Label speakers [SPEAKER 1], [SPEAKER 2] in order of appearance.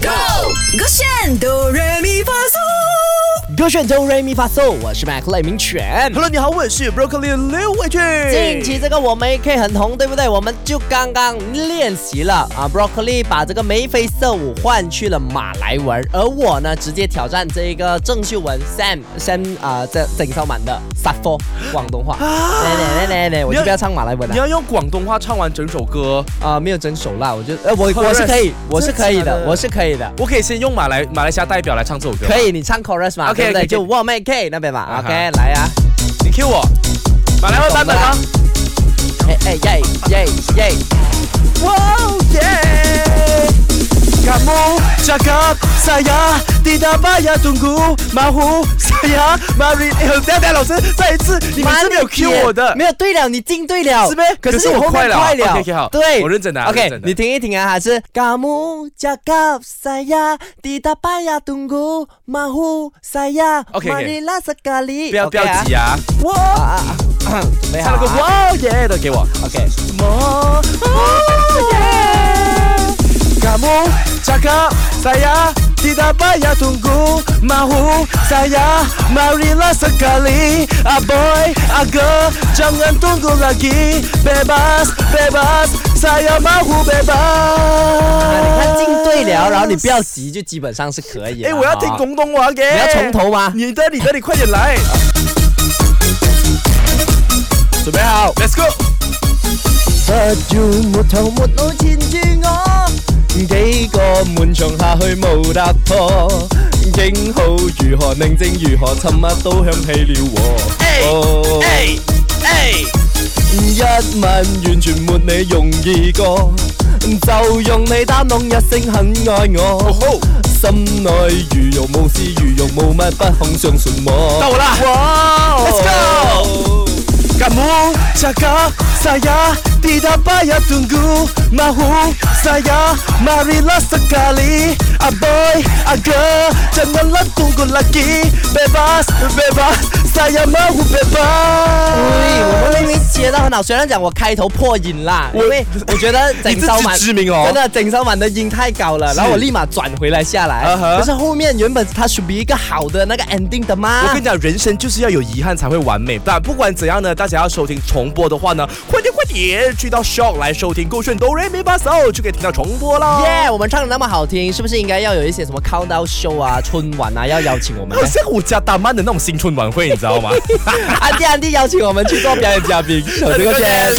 [SPEAKER 1] Go，勾选哆来咪发嗦，
[SPEAKER 2] 歌选周 Re Mi Fa So，我是麦克雷明犬。
[SPEAKER 3] Hello，你好，我是 Broccoli 刘伟俊。
[SPEAKER 2] 近期这个我们 K 很红，对不对？我们就刚刚练习了啊，Broccoli 把这个眉飞色舞换去了马来文，而我呢，直接挑战这个郑秀文 Sam Sam 啊、这郑秀满的 s a f o 广东话。来来来来来，我就不要唱马来文
[SPEAKER 3] 啊你
[SPEAKER 2] 了
[SPEAKER 3] 要用广东话唱完整首歌，
[SPEAKER 2] 啊，没有整首啦，我就呃我
[SPEAKER 3] Chorus
[SPEAKER 2] 我是可以，我是可以
[SPEAKER 3] 真的假
[SPEAKER 2] 的，
[SPEAKER 3] 的
[SPEAKER 2] 我是可以的。
[SPEAKER 3] 我可以先用马来马来西亚代表来唱这首歌。
[SPEAKER 2] 可，以，你唱 chorus 嘛
[SPEAKER 3] OK，
[SPEAKER 2] 对不
[SPEAKER 3] OK，
[SPEAKER 2] 对？
[SPEAKER 3] OK
[SPEAKER 2] 就我们 K 那边嘛
[SPEAKER 3] 啊哈
[SPEAKER 2] ，OK，来啊，
[SPEAKER 3] 你 Q 我，马来文版本啊。
[SPEAKER 2] 哎哎耶耶耶，哦
[SPEAKER 3] Wow yeah Kamu cakap saya tidak payah tunggu Mahu saya mari 哎呦，等一下等一下老师再一次，你们是没有 Q 我的
[SPEAKER 2] 没。有对了，你进对了，
[SPEAKER 3] 是呗
[SPEAKER 2] 可
[SPEAKER 3] 可
[SPEAKER 2] 是
[SPEAKER 3] 是
[SPEAKER 2] 你
[SPEAKER 3] 我
[SPEAKER 2] 后面
[SPEAKER 3] 快了
[SPEAKER 2] 快了
[SPEAKER 3] OK，OK，好
[SPEAKER 2] 对，
[SPEAKER 3] 我认真的啊认
[SPEAKER 2] OK，
[SPEAKER 3] 真的
[SPEAKER 2] 你听一听啊，还是 Kamu jaga saya tidak payah tunggu mahu saya
[SPEAKER 3] OK，OK
[SPEAKER 2] marilah sekali。
[SPEAKER 3] 不要不要
[SPEAKER 2] OK 啊
[SPEAKER 3] 急啊！
[SPEAKER 2] 啊
[SPEAKER 3] 哇，
[SPEAKER 2] 啊啊！准备好
[SPEAKER 3] 唱了个
[SPEAKER 2] 啊
[SPEAKER 3] Wow yeah 的给我。
[SPEAKER 2] OK。
[SPEAKER 3] Wow yeah Kamu cakap saya tidak payah tunggu Mahu saya marilah sekali Ah boy, ah girl, jangan tunggu lagi Bebas, bebas, saya mahu bebas
[SPEAKER 2] 啊，你看进对了，然后你不要急，就基本上是可以了。
[SPEAKER 3] 哎、我要听
[SPEAKER 2] 好
[SPEAKER 3] 广东话嘅。
[SPEAKER 2] 你要从头吗
[SPEAKER 3] 你的，你的，你快点来。准备好，Let's go。
[SPEAKER 2] Sejum một thầu một ô chín chữ ngõ Kỹ có muốn trồng hạ hơi màu đạp thò Chính hậu dù họ nâng chính dù họ thăm mắt tố hâm hay liều hồ Ồ,
[SPEAKER 3] 哎哎。
[SPEAKER 2] Nhất mạnh hoàn chuyển một nể dùng gì có Dầu dùng nể đã nông nhất sinh hẳn ngồi ngò Xâm nội dù dùng mù si dù dùng mù mắt bắt hồng sương sụn mò
[SPEAKER 3] 到我啦！哇，Let's go！Kamu cakap saya tidak payah tunggu Mahu saya marilah sekali A boy, a girl, janganlah tunggu lagi Bebas, bebas, saya mahu
[SPEAKER 2] 对，我
[SPEAKER 3] bebas
[SPEAKER 2] 们明明接到很好，虽然讲我开头破音啦，因为我觉得整首
[SPEAKER 3] 你
[SPEAKER 2] 满
[SPEAKER 3] 自知之明哦
[SPEAKER 2] 真的整首满的音太高了，然后我立马转回来下来。
[SPEAKER 3] 啊哈
[SPEAKER 2] 可是后面原本它属于一个好的那个 ending 的嘛。
[SPEAKER 3] 我跟你讲，人生就是要有遗憾才会完美。但不管怎样呢，大家要收听重播的话呢，快点快点去到 Shock 来收听《勾炫哆瑞咪发嗦》，就可以听到重播啦。
[SPEAKER 2] 耶我们唱的那么好听，是不是应该要有一些什么 countdown show 啊、春晚啊，要邀请我 们
[SPEAKER 3] 好？哦像我家大曼的那种新春晚会，你知道吗？
[SPEAKER 2] 啊
[SPEAKER 3] 哎
[SPEAKER 2] 安迪安迪邀请我们去做表演嘉宾，手这个圈。